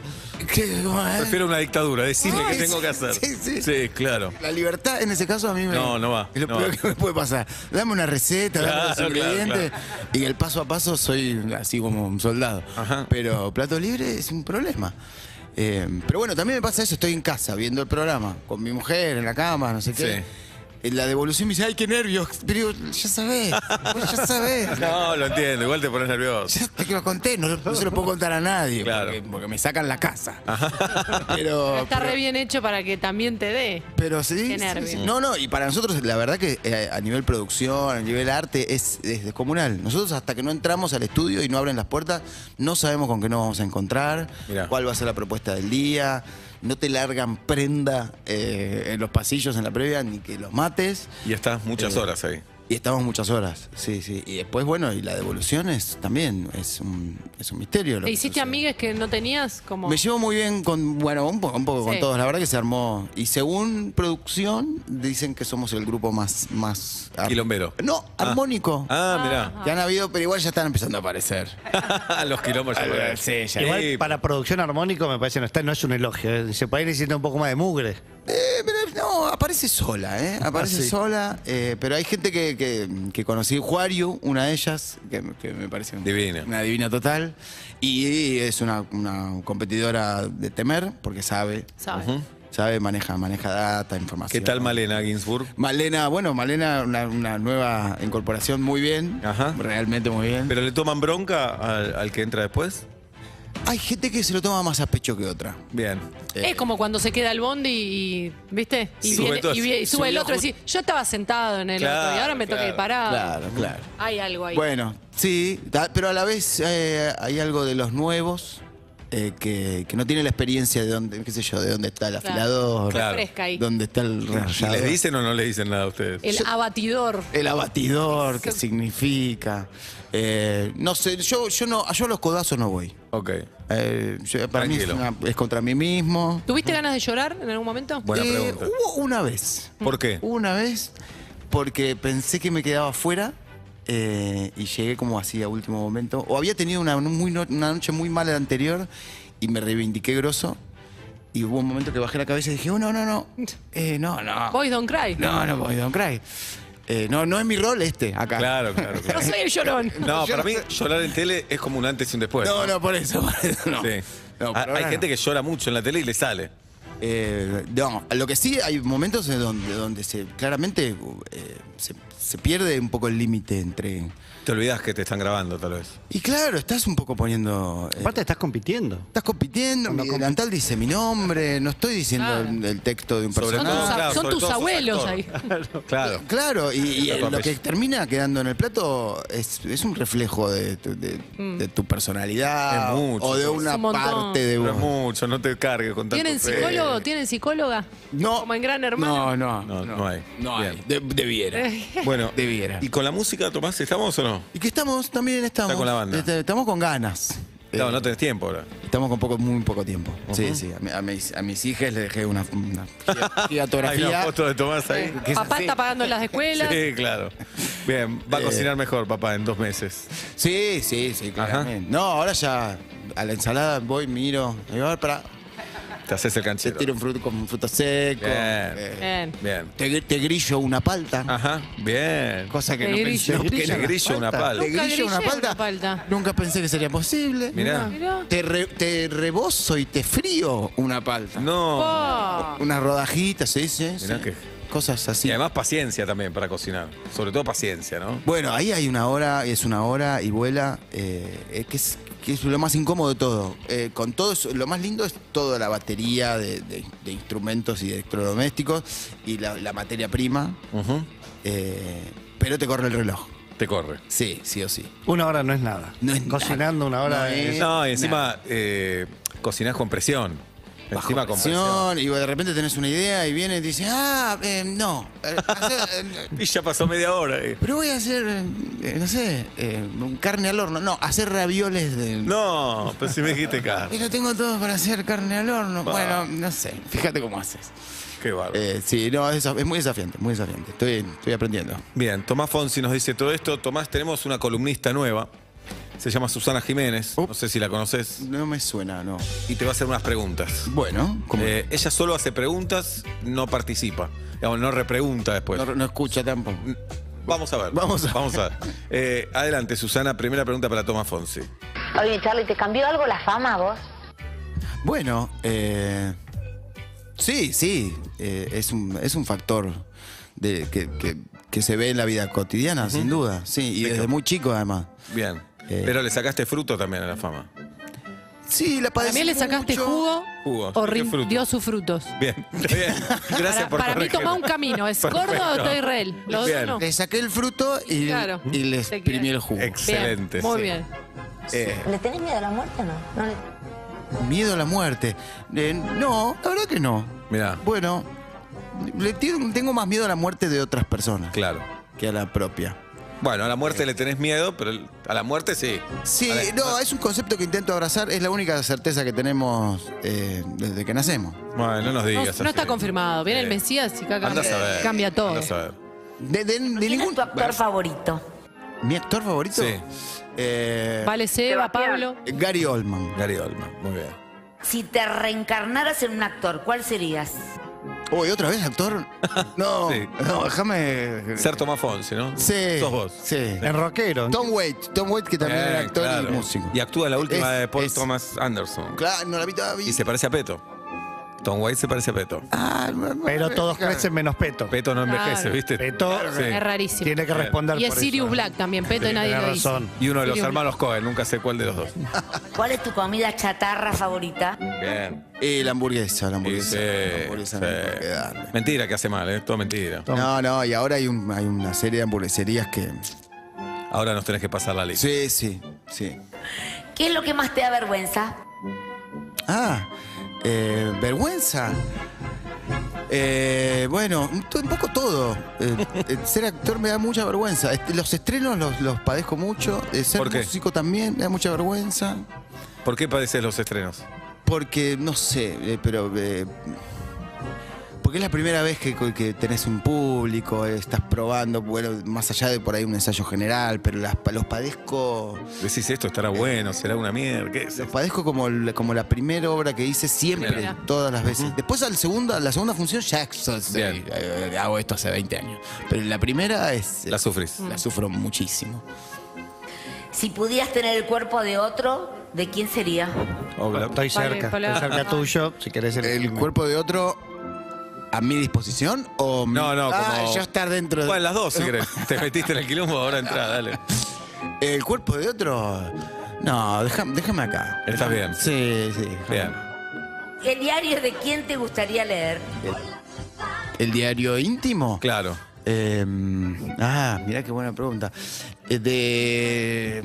[SPEAKER 3] ¿qué?
[SPEAKER 2] Prefiero una dictadura, decime qué
[SPEAKER 3] Sí,
[SPEAKER 2] tengo que hacer.
[SPEAKER 3] sí, sí.
[SPEAKER 2] Sí, claro.
[SPEAKER 3] La libertad en ese caso a mí me.
[SPEAKER 2] No, no va,
[SPEAKER 3] Es lo
[SPEAKER 2] no
[SPEAKER 3] peor
[SPEAKER 2] va.
[SPEAKER 3] que me puede pasar. Dame una receta, dame los
[SPEAKER 2] Claro, claro,
[SPEAKER 3] ingredientes. Y el paso a paso soy así como un soldado.
[SPEAKER 2] Ajá.
[SPEAKER 3] Pero plato libre es un problema. Eh, pero bueno, también me pasa eso. Estoy en casa viendo el programa con mi mujer en la cama, no sé qué. Eh, La devolución me dice, ay, qué nervios. Pero digo, ya sabés, vos ya sabés.
[SPEAKER 2] No, lo entiendo, igual te pones nervioso.
[SPEAKER 3] Ya te lo conté, no, no se lo puedo contar a nadie.
[SPEAKER 2] Claro.
[SPEAKER 3] Porque, porque me sacan la casa. Pero,
[SPEAKER 4] Está
[SPEAKER 3] pero-
[SPEAKER 4] re bien hecho para que también te dé.
[SPEAKER 3] Pero sí,
[SPEAKER 4] Qué
[SPEAKER 3] sí,
[SPEAKER 4] nervio.
[SPEAKER 3] sí. No, no, y para nosotros la verdad que eh, a nivel producción, a nivel arte, es, es descomunal. Nosotros hasta que no entramos al estudio y no abren las puertas, no sabemos con qué nos vamos a encontrar,
[SPEAKER 2] Mirá.
[SPEAKER 3] cuál va a ser la propuesta del día, no te largan prenda eh, en los pasillos en la previa, ni que los mates.
[SPEAKER 2] Y estás muchas
[SPEAKER 3] Eh,
[SPEAKER 2] horas ahí.
[SPEAKER 3] Y estamos muchas horas, sí, sí. Y después, bueno, y la devolución es también, es un, es un misterio. lo
[SPEAKER 4] ¿Te
[SPEAKER 3] que
[SPEAKER 4] ¿E hiciste
[SPEAKER 3] sucede.
[SPEAKER 4] amigas que no tenías? Como...
[SPEAKER 3] Me llevo muy bien con, bueno, un, po- un poco con
[SPEAKER 4] Sí.
[SPEAKER 3] todos. La verdad que se armó. Y según producción, dicen que somos el grupo más. más ar-
[SPEAKER 2] Quilombero.
[SPEAKER 3] No, armónico.
[SPEAKER 2] Ah,
[SPEAKER 3] Que han habido, pero igual ya están empezando a aparecer.
[SPEAKER 2] mirá. Los quilombos ya
[SPEAKER 3] Ah,
[SPEAKER 2] por ahí.
[SPEAKER 3] sí, ya.
[SPEAKER 5] Igual
[SPEAKER 2] Sí,
[SPEAKER 5] para producción armónico me parece no está, no es un elogio. eh. Se puede ir necesita un poco más de mugre.
[SPEAKER 3] Eh, pero no, aparece sola,
[SPEAKER 2] Ah,
[SPEAKER 3] ¿eh? Aparece
[SPEAKER 5] sí.
[SPEAKER 3] sola. eh, pero hay gente que, que, que conocí, Juario, una de ellas, que, que me parece un-
[SPEAKER 2] Divina.
[SPEAKER 3] una divina total. Y es una, una competidora de temer, porque sabe,
[SPEAKER 4] ¿sabes?
[SPEAKER 3] sabe, maneja, maneja data, información.
[SPEAKER 2] ¿Qué tal Malena Ginsburg?
[SPEAKER 3] Malena, bueno, Malena, una, una nueva incorporación, muy bien.
[SPEAKER 2] Ajá.
[SPEAKER 3] Realmente muy bien.
[SPEAKER 2] ¿Pero le toman bronca al, al que entra después?
[SPEAKER 3] hay gente que se lo toma más a pecho que otra.
[SPEAKER 2] Bien.
[SPEAKER 3] Eh,
[SPEAKER 4] Es como cuando se queda el bondi y, ¿viste? Y,
[SPEAKER 2] Sí.
[SPEAKER 4] viene-
[SPEAKER 2] Sube todo.
[SPEAKER 4] y viene- y sube el
[SPEAKER 3] Subió
[SPEAKER 4] otro y
[SPEAKER 3] justo.
[SPEAKER 4] decís, yo estaba sentado en el
[SPEAKER 2] Claro,
[SPEAKER 4] otro y ahora me toca
[SPEAKER 2] claro,
[SPEAKER 4] ir parado.
[SPEAKER 3] Claro, claro.
[SPEAKER 4] Hay algo ahí.
[SPEAKER 3] Bueno, sí, da- pero a la vez eh, hay algo de los nuevos eh, que, que no tienen la experiencia de dónde, qué sé yo, de dónde está el
[SPEAKER 4] Claro.
[SPEAKER 3] afilador,
[SPEAKER 2] Claro.
[SPEAKER 4] Refresca ahí.
[SPEAKER 3] dónde está el
[SPEAKER 2] ¿Y
[SPEAKER 3] rayador,
[SPEAKER 2] les dicen o no les dicen nada a ustedes?
[SPEAKER 4] El abatidor.
[SPEAKER 3] el abatidor, qué
[SPEAKER 4] Sí.
[SPEAKER 3] significa. Eh, no sé, yo, yo no, yo a los codazos no voy.
[SPEAKER 2] Ok.
[SPEAKER 3] Eh, yo- para mí es,
[SPEAKER 2] Tranquilo.
[SPEAKER 3] una- es contra mí mismo.
[SPEAKER 4] ¿Tuviste ganas de llorar en algún momento?
[SPEAKER 2] Buena
[SPEAKER 3] Eh,
[SPEAKER 2] pregunta.
[SPEAKER 3] Hubo una vez.
[SPEAKER 2] ¿Por qué?
[SPEAKER 3] Una vez, porque pensé que me quedaba afuera eh, y llegué como así a último momento. O había tenido una, muy no- una noche muy mala la anterior y me reivindiqué grosso. Y hubo un momento que bajé la cabeza y dije, oh, no, no, no. Eh, no, no.
[SPEAKER 4] Boys don't cry.
[SPEAKER 3] No, no, voy, don't cry. Eh, no, no es mi rol este acá.
[SPEAKER 2] Claro, claro,
[SPEAKER 4] No
[SPEAKER 2] claro.
[SPEAKER 4] soy el llorón.
[SPEAKER 2] No, para mí llorar en tele es como un antes y un después.
[SPEAKER 3] No, no, por eso, por eso no.
[SPEAKER 2] Sí.
[SPEAKER 3] No,
[SPEAKER 2] Ah, hay
[SPEAKER 3] por ahora
[SPEAKER 2] gente
[SPEAKER 3] no.
[SPEAKER 2] que llora mucho en la tele y le sale.
[SPEAKER 3] Eh, no, lo que sí hay momentos en donde, donde se claramente eh, se, se pierde un poco el límite entre.
[SPEAKER 2] Te olvidas que te están grabando, tal vez.
[SPEAKER 3] Y claro, estás un poco poniendo. eh,
[SPEAKER 5] Aparte estás compitiendo.
[SPEAKER 3] estás compitiendo, mi delantal dice mi nombre, no estoy diciendo
[SPEAKER 4] Claro.
[SPEAKER 3] el, el texto de un
[SPEAKER 2] Sobre
[SPEAKER 4] Son tus,
[SPEAKER 2] todo,
[SPEAKER 3] personaje.
[SPEAKER 4] a-
[SPEAKER 2] claro,
[SPEAKER 4] son
[SPEAKER 2] sobre
[SPEAKER 4] tus
[SPEAKER 2] todo sos
[SPEAKER 4] abuelos
[SPEAKER 2] actor.
[SPEAKER 4] ahí.
[SPEAKER 2] Claro.
[SPEAKER 3] Claro, y, y
[SPEAKER 2] Está tu
[SPEAKER 3] lo que
[SPEAKER 2] apellido.
[SPEAKER 3] termina quedando en el plato es, es un reflejo de tu, de- de tu personalidad
[SPEAKER 2] Es mucho.
[SPEAKER 3] o de una
[SPEAKER 4] Mm. un montón.
[SPEAKER 3] parte de
[SPEAKER 2] Pero
[SPEAKER 3] vos.
[SPEAKER 2] es mucho, no te cargues con tanto
[SPEAKER 4] ¿Tienen
[SPEAKER 2] fe.
[SPEAKER 4] psicólogo? psicólogo? ¿Tienen psicóloga?
[SPEAKER 3] No.
[SPEAKER 4] Como en Gran Hermano.
[SPEAKER 3] No, no.
[SPEAKER 2] No, no hay.
[SPEAKER 3] No hay.
[SPEAKER 2] Bien.
[SPEAKER 3] De- debiera.
[SPEAKER 2] Bueno,
[SPEAKER 3] Debiera.
[SPEAKER 2] ¿y con la música, Tomás, estamos o no?
[SPEAKER 3] Y que estamos, también estamos.
[SPEAKER 2] Está con la banda.
[SPEAKER 3] Este, Estamos con ganas.
[SPEAKER 2] No,
[SPEAKER 3] Eh,
[SPEAKER 2] no tenés tiempo ahora.
[SPEAKER 3] Estamos con poco, muy poco tiempo. Sí, sí. A, mi- a mis, a mis hijas les dejé una, una
[SPEAKER 2] Hay una
[SPEAKER 3] gigatografía.
[SPEAKER 2] foto de Tomás ahí.
[SPEAKER 3] que es
[SPEAKER 4] Papá
[SPEAKER 3] así.
[SPEAKER 4] está pagando las escuelas.
[SPEAKER 2] Sí, claro. Bien, va a
[SPEAKER 3] Eh.
[SPEAKER 2] cocinar mejor, papá, en dos meses.
[SPEAKER 3] Sí, sí, sí, claramente. No, ahora ya a la ensalada voy, miro. Digo, a ver, para.
[SPEAKER 2] Te haces el
[SPEAKER 3] Te
[SPEAKER 2] canchero.
[SPEAKER 3] tiro un fruto con fruto seco.
[SPEAKER 2] Bien. Ah.
[SPEAKER 3] eh,
[SPEAKER 4] Bien.
[SPEAKER 2] Bien.
[SPEAKER 3] te, te grillo una palta.
[SPEAKER 2] Ajá, bien.
[SPEAKER 3] Cosa que
[SPEAKER 4] Te
[SPEAKER 3] no
[SPEAKER 4] grillo.
[SPEAKER 3] pensé.
[SPEAKER 2] Que le grillo una pala.
[SPEAKER 3] Te
[SPEAKER 4] Nunca
[SPEAKER 3] grillo una
[SPEAKER 4] grillé
[SPEAKER 3] palta. Ah.
[SPEAKER 4] una palta.
[SPEAKER 3] Nunca pensé que sería posible.
[SPEAKER 2] Mirá.
[SPEAKER 4] Mirá.
[SPEAKER 3] Te, re- te rebozo y te frío una palta.
[SPEAKER 2] No.
[SPEAKER 4] Oh.
[SPEAKER 3] Unas rodajitas, sí, sí.
[SPEAKER 2] Mirá
[SPEAKER 3] sí.
[SPEAKER 2] que-
[SPEAKER 3] Cosas así.
[SPEAKER 2] Y además paciencia también para cocinar. Sobre todo paciencia, ¿no?
[SPEAKER 3] Bueno, ahí hay una hora, es una hora y vuela, eh, eh, que, es, que es lo más incómodo de todo. Eh, con todo eso, lo más lindo es toda la batería de, de- de instrumentos y de electrodomésticos y la, la materia prima,
[SPEAKER 2] Ujú.
[SPEAKER 3] eh, pero te corre el reloj.
[SPEAKER 2] Te corre.
[SPEAKER 3] Sí, sí o sí.
[SPEAKER 5] Una hora no es nada.
[SPEAKER 3] No es
[SPEAKER 5] Cocinando una hora
[SPEAKER 3] No
[SPEAKER 5] es-
[SPEAKER 3] es-
[SPEAKER 2] No, y encima eh, cocinás con presión.
[SPEAKER 3] Bajo
[SPEAKER 2] Encima con presión.
[SPEAKER 3] presión, y de repente tenés una idea y viene y dice, ah, eh, no, eh, hacer, eh,
[SPEAKER 2] Y ya pasó media hora. eh.
[SPEAKER 3] pero voy a hacer, eh, eh, no sé, eh, un carne al horno, no, hacer ravioles de...
[SPEAKER 2] No, pero si me dijiste ah, cara.
[SPEAKER 3] Y lo tengo todo para hacer carne al horno. Bueno, no sé. Fíjate cómo haces.
[SPEAKER 2] Qué bárbaro.
[SPEAKER 3] Eh, sí, no, es, es muy desafiante, muy desafiante. Estoy, estoy aprendiendo.
[SPEAKER 2] Bien, Tomás Fonsi nos dice todo esto. Tomás, tenemos una columnista nueva. Se llama Susana Jiménez.
[SPEAKER 3] Uh.
[SPEAKER 2] No sé si la conoces.
[SPEAKER 3] No me suena, no.
[SPEAKER 2] Y te va a hacer unas preguntas.
[SPEAKER 3] Bueno, como
[SPEAKER 2] Eh, ella solo hace preguntas, no participa. Digamos, no repregunta después.
[SPEAKER 3] no, no escucha tampoco.
[SPEAKER 2] Vamos a ver.
[SPEAKER 3] Vamos a-
[SPEAKER 2] Vamos a ver. Eh, adelante, Susana. Primera pregunta para Tomás Fonsi.
[SPEAKER 6] Oye, Charlie, ¿te cambió algo la fama a vos?
[SPEAKER 3] Bueno, eh, sí, sí. eh, es, un, es un factor de, que, que- que se ve en la vida cotidiana, sin duda. Sí, y desde muy chico además.
[SPEAKER 2] Bien.
[SPEAKER 3] Eh.
[SPEAKER 2] Pero le sacaste fruto también a la fama.
[SPEAKER 3] Sí, la padecí
[SPEAKER 4] También le sacaste
[SPEAKER 3] mucho.
[SPEAKER 4] jugo,
[SPEAKER 2] Jugo,
[SPEAKER 4] o
[SPEAKER 2] ¿qué
[SPEAKER 4] rin-
[SPEAKER 2] fruto?
[SPEAKER 4] dio sus frutos.
[SPEAKER 2] Bien. está bien. Gracias
[SPEAKER 4] para
[SPEAKER 2] por
[SPEAKER 4] para mí
[SPEAKER 2] corregir.
[SPEAKER 4] toma un camino. ¿Es gordo o
[SPEAKER 2] Perfecto.
[SPEAKER 4] estoy Israel? Los
[SPEAKER 2] Bien.
[SPEAKER 4] dos no.
[SPEAKER 3] Le saqué el fruto y,
[SPEAKER 4] Claro.
[SPEAKER 3] y le
[SPEAKER 4] Te
[SPEAKER 3] exprimí
[SPEAKER 4] quiero.
[SPEAKER 3] el jugo.
[SPEAKER 4] Bien,
[SPEAKER 2] Excelente.
[SPEAKER 4] Muy
[SPEAKER 2] sí.
[SPEAKER 4] bien.
[SPEAKER 2] Eh,
[SPEAKER 6] ¿Le tenés miedo a la muerte o no? No le-
[SPEAKER 3] Miedo a la muerte. Eh, no, la verdad que no.
[SPEAKER 2] mirá,
[SPEAKER 3] Bueno, le tengo, tengo más miedo a la muerte de otras personas
[SPEAKER 2] claro.
[SPEAKER 3] que a la propia.
[SPEAKER 2] Bueno, a la muerte le tenés miedo, pero el- a la muerte sí.
[SPEAKER 3] Sí,
[SPEAKER 2] A la-
[SPEAKER 3] no, es un concepto que intento abrazar, es la única certeza que tenemos eh, desde que nacemos.
[SPEAKER 2] Bueno, no nos
[SPEAKER 4] No,
[SPEAKER 2] digas. así.
[SPEAKER 4] no está confirmado. Viene el
[SPEAKER 2] Eh.
[SPEAKER 4] Mesías y ca-
[SPEAKER 2] Anda a
[SPEAKER 4] cambia,
[SPEAKER 2] saber.
[SPEAKER 4] cambia todo.
[SPEAKER 2] Anda a saber.
[SPEAKER 3] De, de- de
[SPEAKER 6] ¿Quién
[SPEAKER 3] ningún,
[SPEAKER 6] es tu actor favorito?
[SPEAKER 3] ¿Mi actor favorito?
[SPEAKER 2] Sí.
[SPEAKER 3] Eh,
[SPEAKER 4] Vale, Seba, Pablo.
[SPEAKER 3] Gary Oldman.
[SPEAKER 2] Gary Oldman, muy bien.
[SPEAKER 6] Si te reencarnaras en un actor, ¿cuál serías?
[SPEAKER 3] Uy, ¿otra vez actor? No,
[SPEAKER 2] Sí.
[SPEAKER 3] no, déjame...
[SPEAKER 2] Ser Tomás Fonsi, ¿no?
[SPEAKER 3] Sí.
[SPEAKER 2] Sos vos.
[SPEAKER 3] Sí.
[SPEAKER 5] En rockero.
[SPEAKER 3] Tom Waits, Tom Waits que también
[SPEAKER 2] Bien,
[SPEAKER 3] era actor
[SPEAKER 2] Eh, claro.
[SPEAKER 3] y músico.
[SPEAKER 2] Y actúa en la última
[SPEAKER 3] Es-
[SPEAKER 2] de Paul
[SPEAKER 3] es-
[SPEAKER 2] Thomas Anderson.
[SPEAKER 3] Claro, no la vi todavía.
[SPEAKER 2] Y se parece a Peto. Tom White se parece a Peto.
[SPEAKER 3] Ah, no, no,
[SPEAKER 5] Pero
[SPEAKER 3] no,
[SPEAKER 5] todos
[SPEAKER 3] claro.
[SPEAKER 5] crecen menos peto.
[SPEAKER 2] Peto no envejece,
[SPEAKER 4] Claro.
[SPEAKER 2] ¿viste?
[SPEAKER 5] Peto
[SPEAKER 2] Sí.
[SPEAKER 4] Es rarísimo.
[SPEAKER 5] tiene que responder
[SPEAKER 4] Y es
[SPEAKER 5] por
[SPEAKER 4] Sirius
[SPEAKER 5] eso. ¿eh?
[SPEAKER 4] Black también, Peto y
[SPEAKER 5] Sí,
[SPEAKER 4] nadie
[SPEAKER 5] tenés
[SPEAKER 4] lo dice.
[SPEAKER 5] razón.
[SPEAKER 2] Y uno de los
[SPEAKER 4] Sirius
[SPEAKER 2] hermanos Cohen, nunca sé cuál de los dos.
[SPEAKER 6] ¿Cuál es tu comida chatarra favorita?
[SPEAKER 2] Bien.
[SPEAKER 3] Eh, la hamburguesa, la
[SPEAKER 2] Y
[SPEAKER 3] hamburguesa.
[SPEAKER 2] sí,
[SPEAKER 3] la hamburguesa no
[SPEAKER 2] sí.
[SPEAKER 3] hay por qué darle.
[SPEAKER 2] Mentira que hace mal, ¿eh? Todo mentira.
[SPEAKER 3] No, no, y ahora hay, un- hay una serie de hamburgueserías que.
[SPEAKER 2] Ahora nos tenés que pasar la lista.
[SPEAKER 3] Sí, sí, sí.
[SPEAKER 6] ¿Qué es lo que más te da vergüenza?
[SPEAKER 3] Ah, eh, vergüenza. Eh, bueno, un, to- un poco todo. Eh, eh, ser actor me da mucha vergüenza. Este, los estrenos los, los padezco mucho. Eh, ser
[SPEAKER 2] ¿Por qué?
[SPEAKER 3] músico también me da mucha vergüenza.
[SPEAKER 2] ¿Por qué padeces los estrenos?
[SPEAKER 3] Porque, no sé, eh, pero. eh, porque es la primera vez que, que tenés un público, eh, estás probando, bueno, más allá de por ahí un ensayo general, pero las, los padezco.
[SPEAKER 2] Decís esto, estará bueno, será una mierda. ¿Qué es
[SPEAKER 3] Los
[SPEAKER 2] eso?
[SPEAKER 3] padezco como, el- como la primera obra que hice siempre,
[SPEAKER 4] Mira.
[SPEAKER 3] todas las veces. Después al segunda, la segunda función ya so- so-
[SPEAKER 2] Bien.
[SPEAKER 3] eh, hago esto hace 20 años. Pero la primera es. eh,
[SPEAKER 2] La sufrís.
[SPEAKER 4] Mm.
[SPEAKER 3] La sufro muchísimo.
[SPEAKER 6] Si pudieras tener el cuerpo de otro, ¿de quién sería?
[SPEAKER 5] Estoy cerca,
[SPEAKER 4] Vale,
[SPEAKER 5] estoy cerca
[SPEAKER 4] palabra.
[SPEAKER 5] tuyo, si querés el,
[SPEAKER 3] ¿El cuerpo de otro a mi disposición? O mi-
[SPEAKER 2] No, no, como...
[SPEAKER 3] Ah, yo estar dentro de-
[SPEAKER 2] Bueno, las dos, si querés. Te metiste en el quilombo, ahora entra, dale.
[SPEAKER 3] ¿El cuerpo de otro? No, déjame, déjame acá.
[SPEAKER 2] Estás bien.
[SPEAKER 3] Sí, sí. déjame.
[SPEAKER 2] Bien.
[SPEAKER 6] ¿Qué diario de quién te gustaría leer?
[SPEAKER 3] ¿El diario íntimo?
[SPEAKER 2] Claro.
[SPEAKER 3] Eh, ah, mirá qué buena pregunta. Eh, de,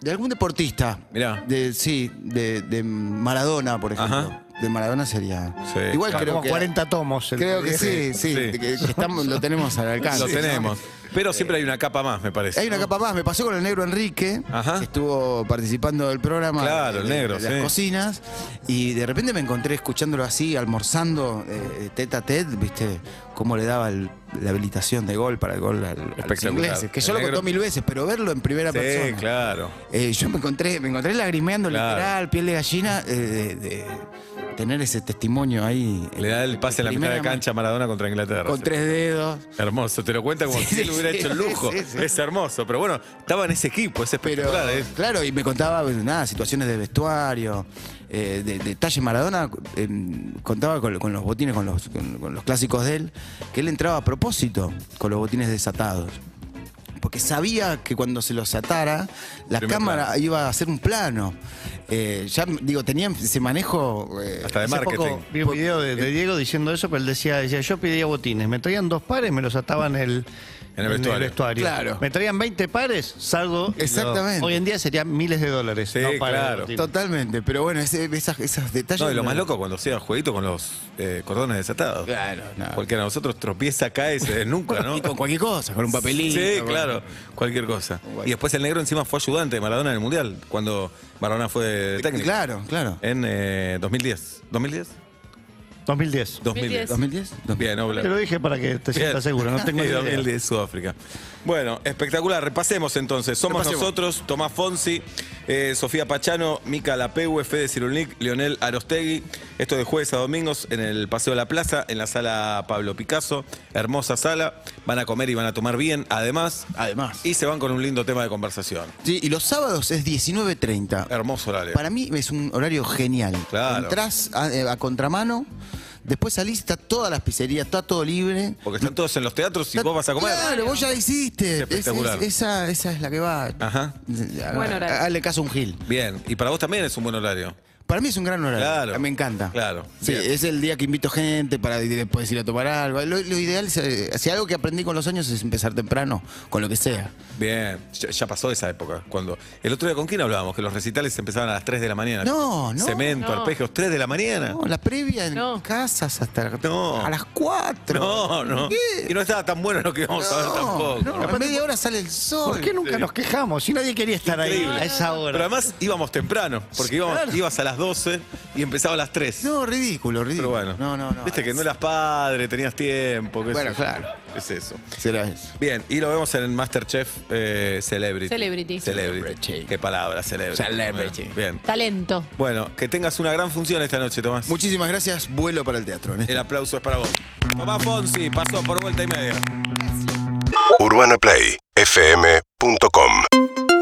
[SPEAKER 3] de algún deportista.
[SPEAKER 2] Mirá.
[SPEAKER 3] De, sí, de, de Maradona, por ejemplo.
[SPEAKER 2] Ajá.
[SPEAKER 3] de Maradona sería.
[SPEAKER 2] Sí,
[SPEAKER 3] Igual
[SPEAKER 2] claro.
[SPEAKER 3] creo
[SPEAKER 5] Como
[SPEAKER 3] que.
[SPEAKER 5] 40 tomos. el-
[SPEAKER 3] Creo que sí, sí.
[SPEAKER 2] Sí.
[SPEAKER 3] que- que estamos- lo tenemos al alcance.
[SPEAKER 2] Lo tenemos. Pero siempre hay una capa más, me parece.
[SPEAKER 3] Hay una capa más, me pasó con el negro Enrique,
[SPEAKER 2] Oh. Ajá.
[SPEAKER 3] que estuvo participando del programa
[SPEAKER 2] Claro,
[SPEAKER 3] de,
[SPEAKER 2] el negro,
[SPEAKER 3] de las
[SPEAKER 2] sí.
[SPEAKER 3] cocinas, y de repente me encontré escuchándolo así, almorzando eh, tete a tete, viste, cómo le daba el- la habilitación de gol para el gol al, a los
[SPEAKER 2] Espectacular.
[SPEAKER 3] ingleses, que
[SPEAKER 2] El
[SPEAKER 3] yo lo
[SPEAKER 2] negro-
[SPEAKER 3] contó mil veces, pero verlo en primera
[SPEAKER 2] Sí,
[SPEAKER 3] persona.
[SPEAKER 2] claro.
[SPEAKER 3] Eh, yo me encontré, me encontré lagrimeando
[SPEAKER 2] Claro.
[SPEAKER 3] literal, piel de gallina, eh, de, de tener ese testimonio ahí.
[SPEAKER 2] Le da el pase en la mitad de
[SPEAKER 3] Primera
[SPEAKER 2] cancha a Maradona contra Inglaterra.
[SPEAKER 3] Con
[SPEAKER 2] Sí.
[SPEAKER 3] tres dedos.
[SPEAKER 2] Hermoso, te lo cuenta como
[SPEAKER 3] Sí,
[SPEAKER 2] si él
[SPEAKER 3] sí,
[SPEAKER 2] hubiera
[SPEAKER 3] sí,
[SPEAKER 2] hecho el lujo.
[SPEAKER 3] sí, sí.
[SPEAKER 2] Es hermoso, pero bueno, estaba en ese equipo, es
[SPEAKER 3] Pero,
[SPEAKER 2] espectacular. ¿eh?
[SPEAKER 3] claro, y me contaba, pues, nada, situaciones de vestuario, eh, de, de talle Maradona, eh, contaba con, con los botines, con los, con- con los clásicos de él, que él entraba a propósito con los botines desatados. Porque sabía que cuando se los atara, la
[SPEAKER 2] Primer
[SPEAKER 3] cámara
[SPEAKER 2] plano.
[SPEAKER 3] iba a hacer un plano. Eh, ya, digo, tenía ese manejo... eh,
[SPEAKER 2] Hasta de
[SPEAKER 3] hace poco-
[SPEAKER 2] marketing.
[SPEAKER 5] Vi un video de, de Diego diciendo eso, pero él decía, decía, yo pedía botines, me traían dos pares, me los ataban el,
[SPEAKER 2] En el vestuario.
[SPEAKER 3] Claro.
[SPEAKER 5] Me traían 20 pares, salgo. y lo-
[SPEAKER 3] Exactamente.
[SPEAKER 5] hoy en día serían miles de dólares.
[SPEAKER 2] Sí,
[SPEAKER 5] no pares de
[SPEAKER 2] claro.
[SPEAKER 5] botines.
[SPEAKER 3] Totalmente, pero bueno, ese- esas, esas detalles...
[SPEAKER 2] No, y lo más loco cuando sea jueguito con los eh, cordones desatados.
[SPEAKER 3] Claro, no.
[SPEAKER 2] Cualquiera de nosotros tropieza, cae, se desnuca, ¿no?
[SPEAKER 3] Y con cualquier cosa, con un papelito.
[SPEAKER 2] Sí,
[SPEAKER 3] con-
[SPEAKER 2] claro, cualquier cosa.
[SPEAKER 3] Bueno.
[SPEAKER 2] Y después el negro encima fue ayudante de Maradona en el Mundial, cuando Maradona fue técnico.
[SPEAKER 3] Claro, claro.
[SPEAKER 2] En eh, 2010. ¿2010?
[SPEAKER 5] 2010.
[SPEAKER 2] 2010.
[SPEAKER 3] 2010, 2010.
[SPEAKER 2] Bien, obla.
[SPEAKER 5] Te lo dije para que te
[SPEAKER 2] Bien.
[SPEAKER 5] sientas seguro, no tengo
[SPEAKER 2] Y
[SPEAKER 5] idea.
[SPEAKER 2] 2010 Sudáfrica. Bueno, espectacular. Repasemos entonces. Somos
[SPEAKER 3] Repasemos.
[SPEAKER 2] nosotros, Tomás Fonsi, eh, Sofía Pachano, Mica Lapegue, Fede Cirulnik, Leonel Arostegui. Esto de jueves a domingos en el Paseo de la Plaza, en la sala Pablo Picasso. Hermosa sala. Van a comer y van a tomar bien, además.
[SPEAKER 3] Además.
[SPEAKER 2] Y se van con un lindo tema de conversación.
[SPEAKER 3] Sí, y los sábados es 19.30.
[SPEAKER 2] Hermoso horario.
[SPEAKER 3] Para mí es un horario genial.
[SPEAKER 2] Claro.
[SPEAKER 3] Entrás a, eh, a contramano, después salís, está todas las pizzerías, está todo libre.
[SPEAKER 2] Porque están todos en los teatros y
[SPEAKER 3] Está-
[SPEAKER 2] vos vas a comer.
[SPEAKER 3] Claro, vos ya hiciste.
[SPEAKER 2] Es
[SPEAKER 3] Es- es-
[SPEAKER 2] espectacular.
[SPEAKER 3] esa, esa es la que va.
[SPEAKER 2] Ajá.
[SPEAKER 4] Buen horario.
[SPEAKER 3] Hazle caso a un Gil.
[SPEAKER 2] Bien. Y para vos también es un buen horario.
[SPEAKER 3] Para mí es un gran horario.
[SPEAKER 2] Claro.
[SPEAKER 3] Me encanta.
[SPEAKER 2] Claro.
[SPEAKER 3] Sí,
[SPEAKER 2] Bien.
[SPEAKER 3] es el día que invito gente para y después ir a tomar algo. Lo, lo ideal, es, eh, si algo que aprendí con los años es empezar temprano, con lo que sea.
[SPEAKER 2] Bien, ya, ya pasó esa época. Cuando El otro día, ¿con quién hablábamos? Que los recitales empezaban a las 3 de la mañana.
[SPEAKER 3] No, no,
[SPEAKER 2] Cemento,
[SPEAKER 4] no.
[SPEAKER 2] arpejos, 3 de la mañana.
[SPEAKER 3] No, la previa en
[SPEAKER 4] No.
[SPEAKER 3] casas hasta
[SPEAKER 2] Ah. No.
[SPEAKER 3] a las 4.
[SPEAKER 2] No, no.
[SPEAKER 3] ¿Qué?
[SPEAKER 2] Y no estaba tan bueno lo que vamos a ver tampoco.
[SPEAKER 3] No, a media hora sale el sol.
[SPEAKER 5] ¿Por qué nunca nos quejamos? Si nadie quería estar ahí
[SPEAKER 2] Increíble.
[SPEAKER 5] a esa hora.
[SPEAKER 2] Pero además íbamos temprano, porque íbamos, ibas a las 12 y empezaba a las 3.
[SPEAKER 3] No, ridículo, ridículo.
[SPEAKER 2] Pero bueno,
[SPEAKER 3] No, no, no.
[SPEAKER 2] viste que no eras padre, tenías tiempo. qué sé
[SPEAKER 3] Bueno,
[SPEAKER 2] yo.
[SPEAKER 3] claro.
[SPEAKER 2] Es eso.
[SPEAKER 3] Será eso.
[SPEAKER 2] Bien, y lo vemos en Masterchef eh, Celebrity.
[SPEAKER 4] Celebrity.
[SPEAKER 2] Celebrity.
[SPEAKER 3] Celebrity.
[SPEAKER 2] Qué palabra, Celebrity.
[SPEAKER 3] Celebrity.
[SPEAKER 2] Bueno, Bien.
[SPEAKER 4] Talento.
[SPEAKER 2] Bueno, que tengas una gran función esta noche, Tomás.
[SPEAKER 3] Muchísimas gracias. Vuelo para el teatro. en este
[SPEAKER 2] El aplauso es para vos. Tomás Fonsi pasó por vuelta y media.
[SPEAKER 7] UrbanaPlayFM.com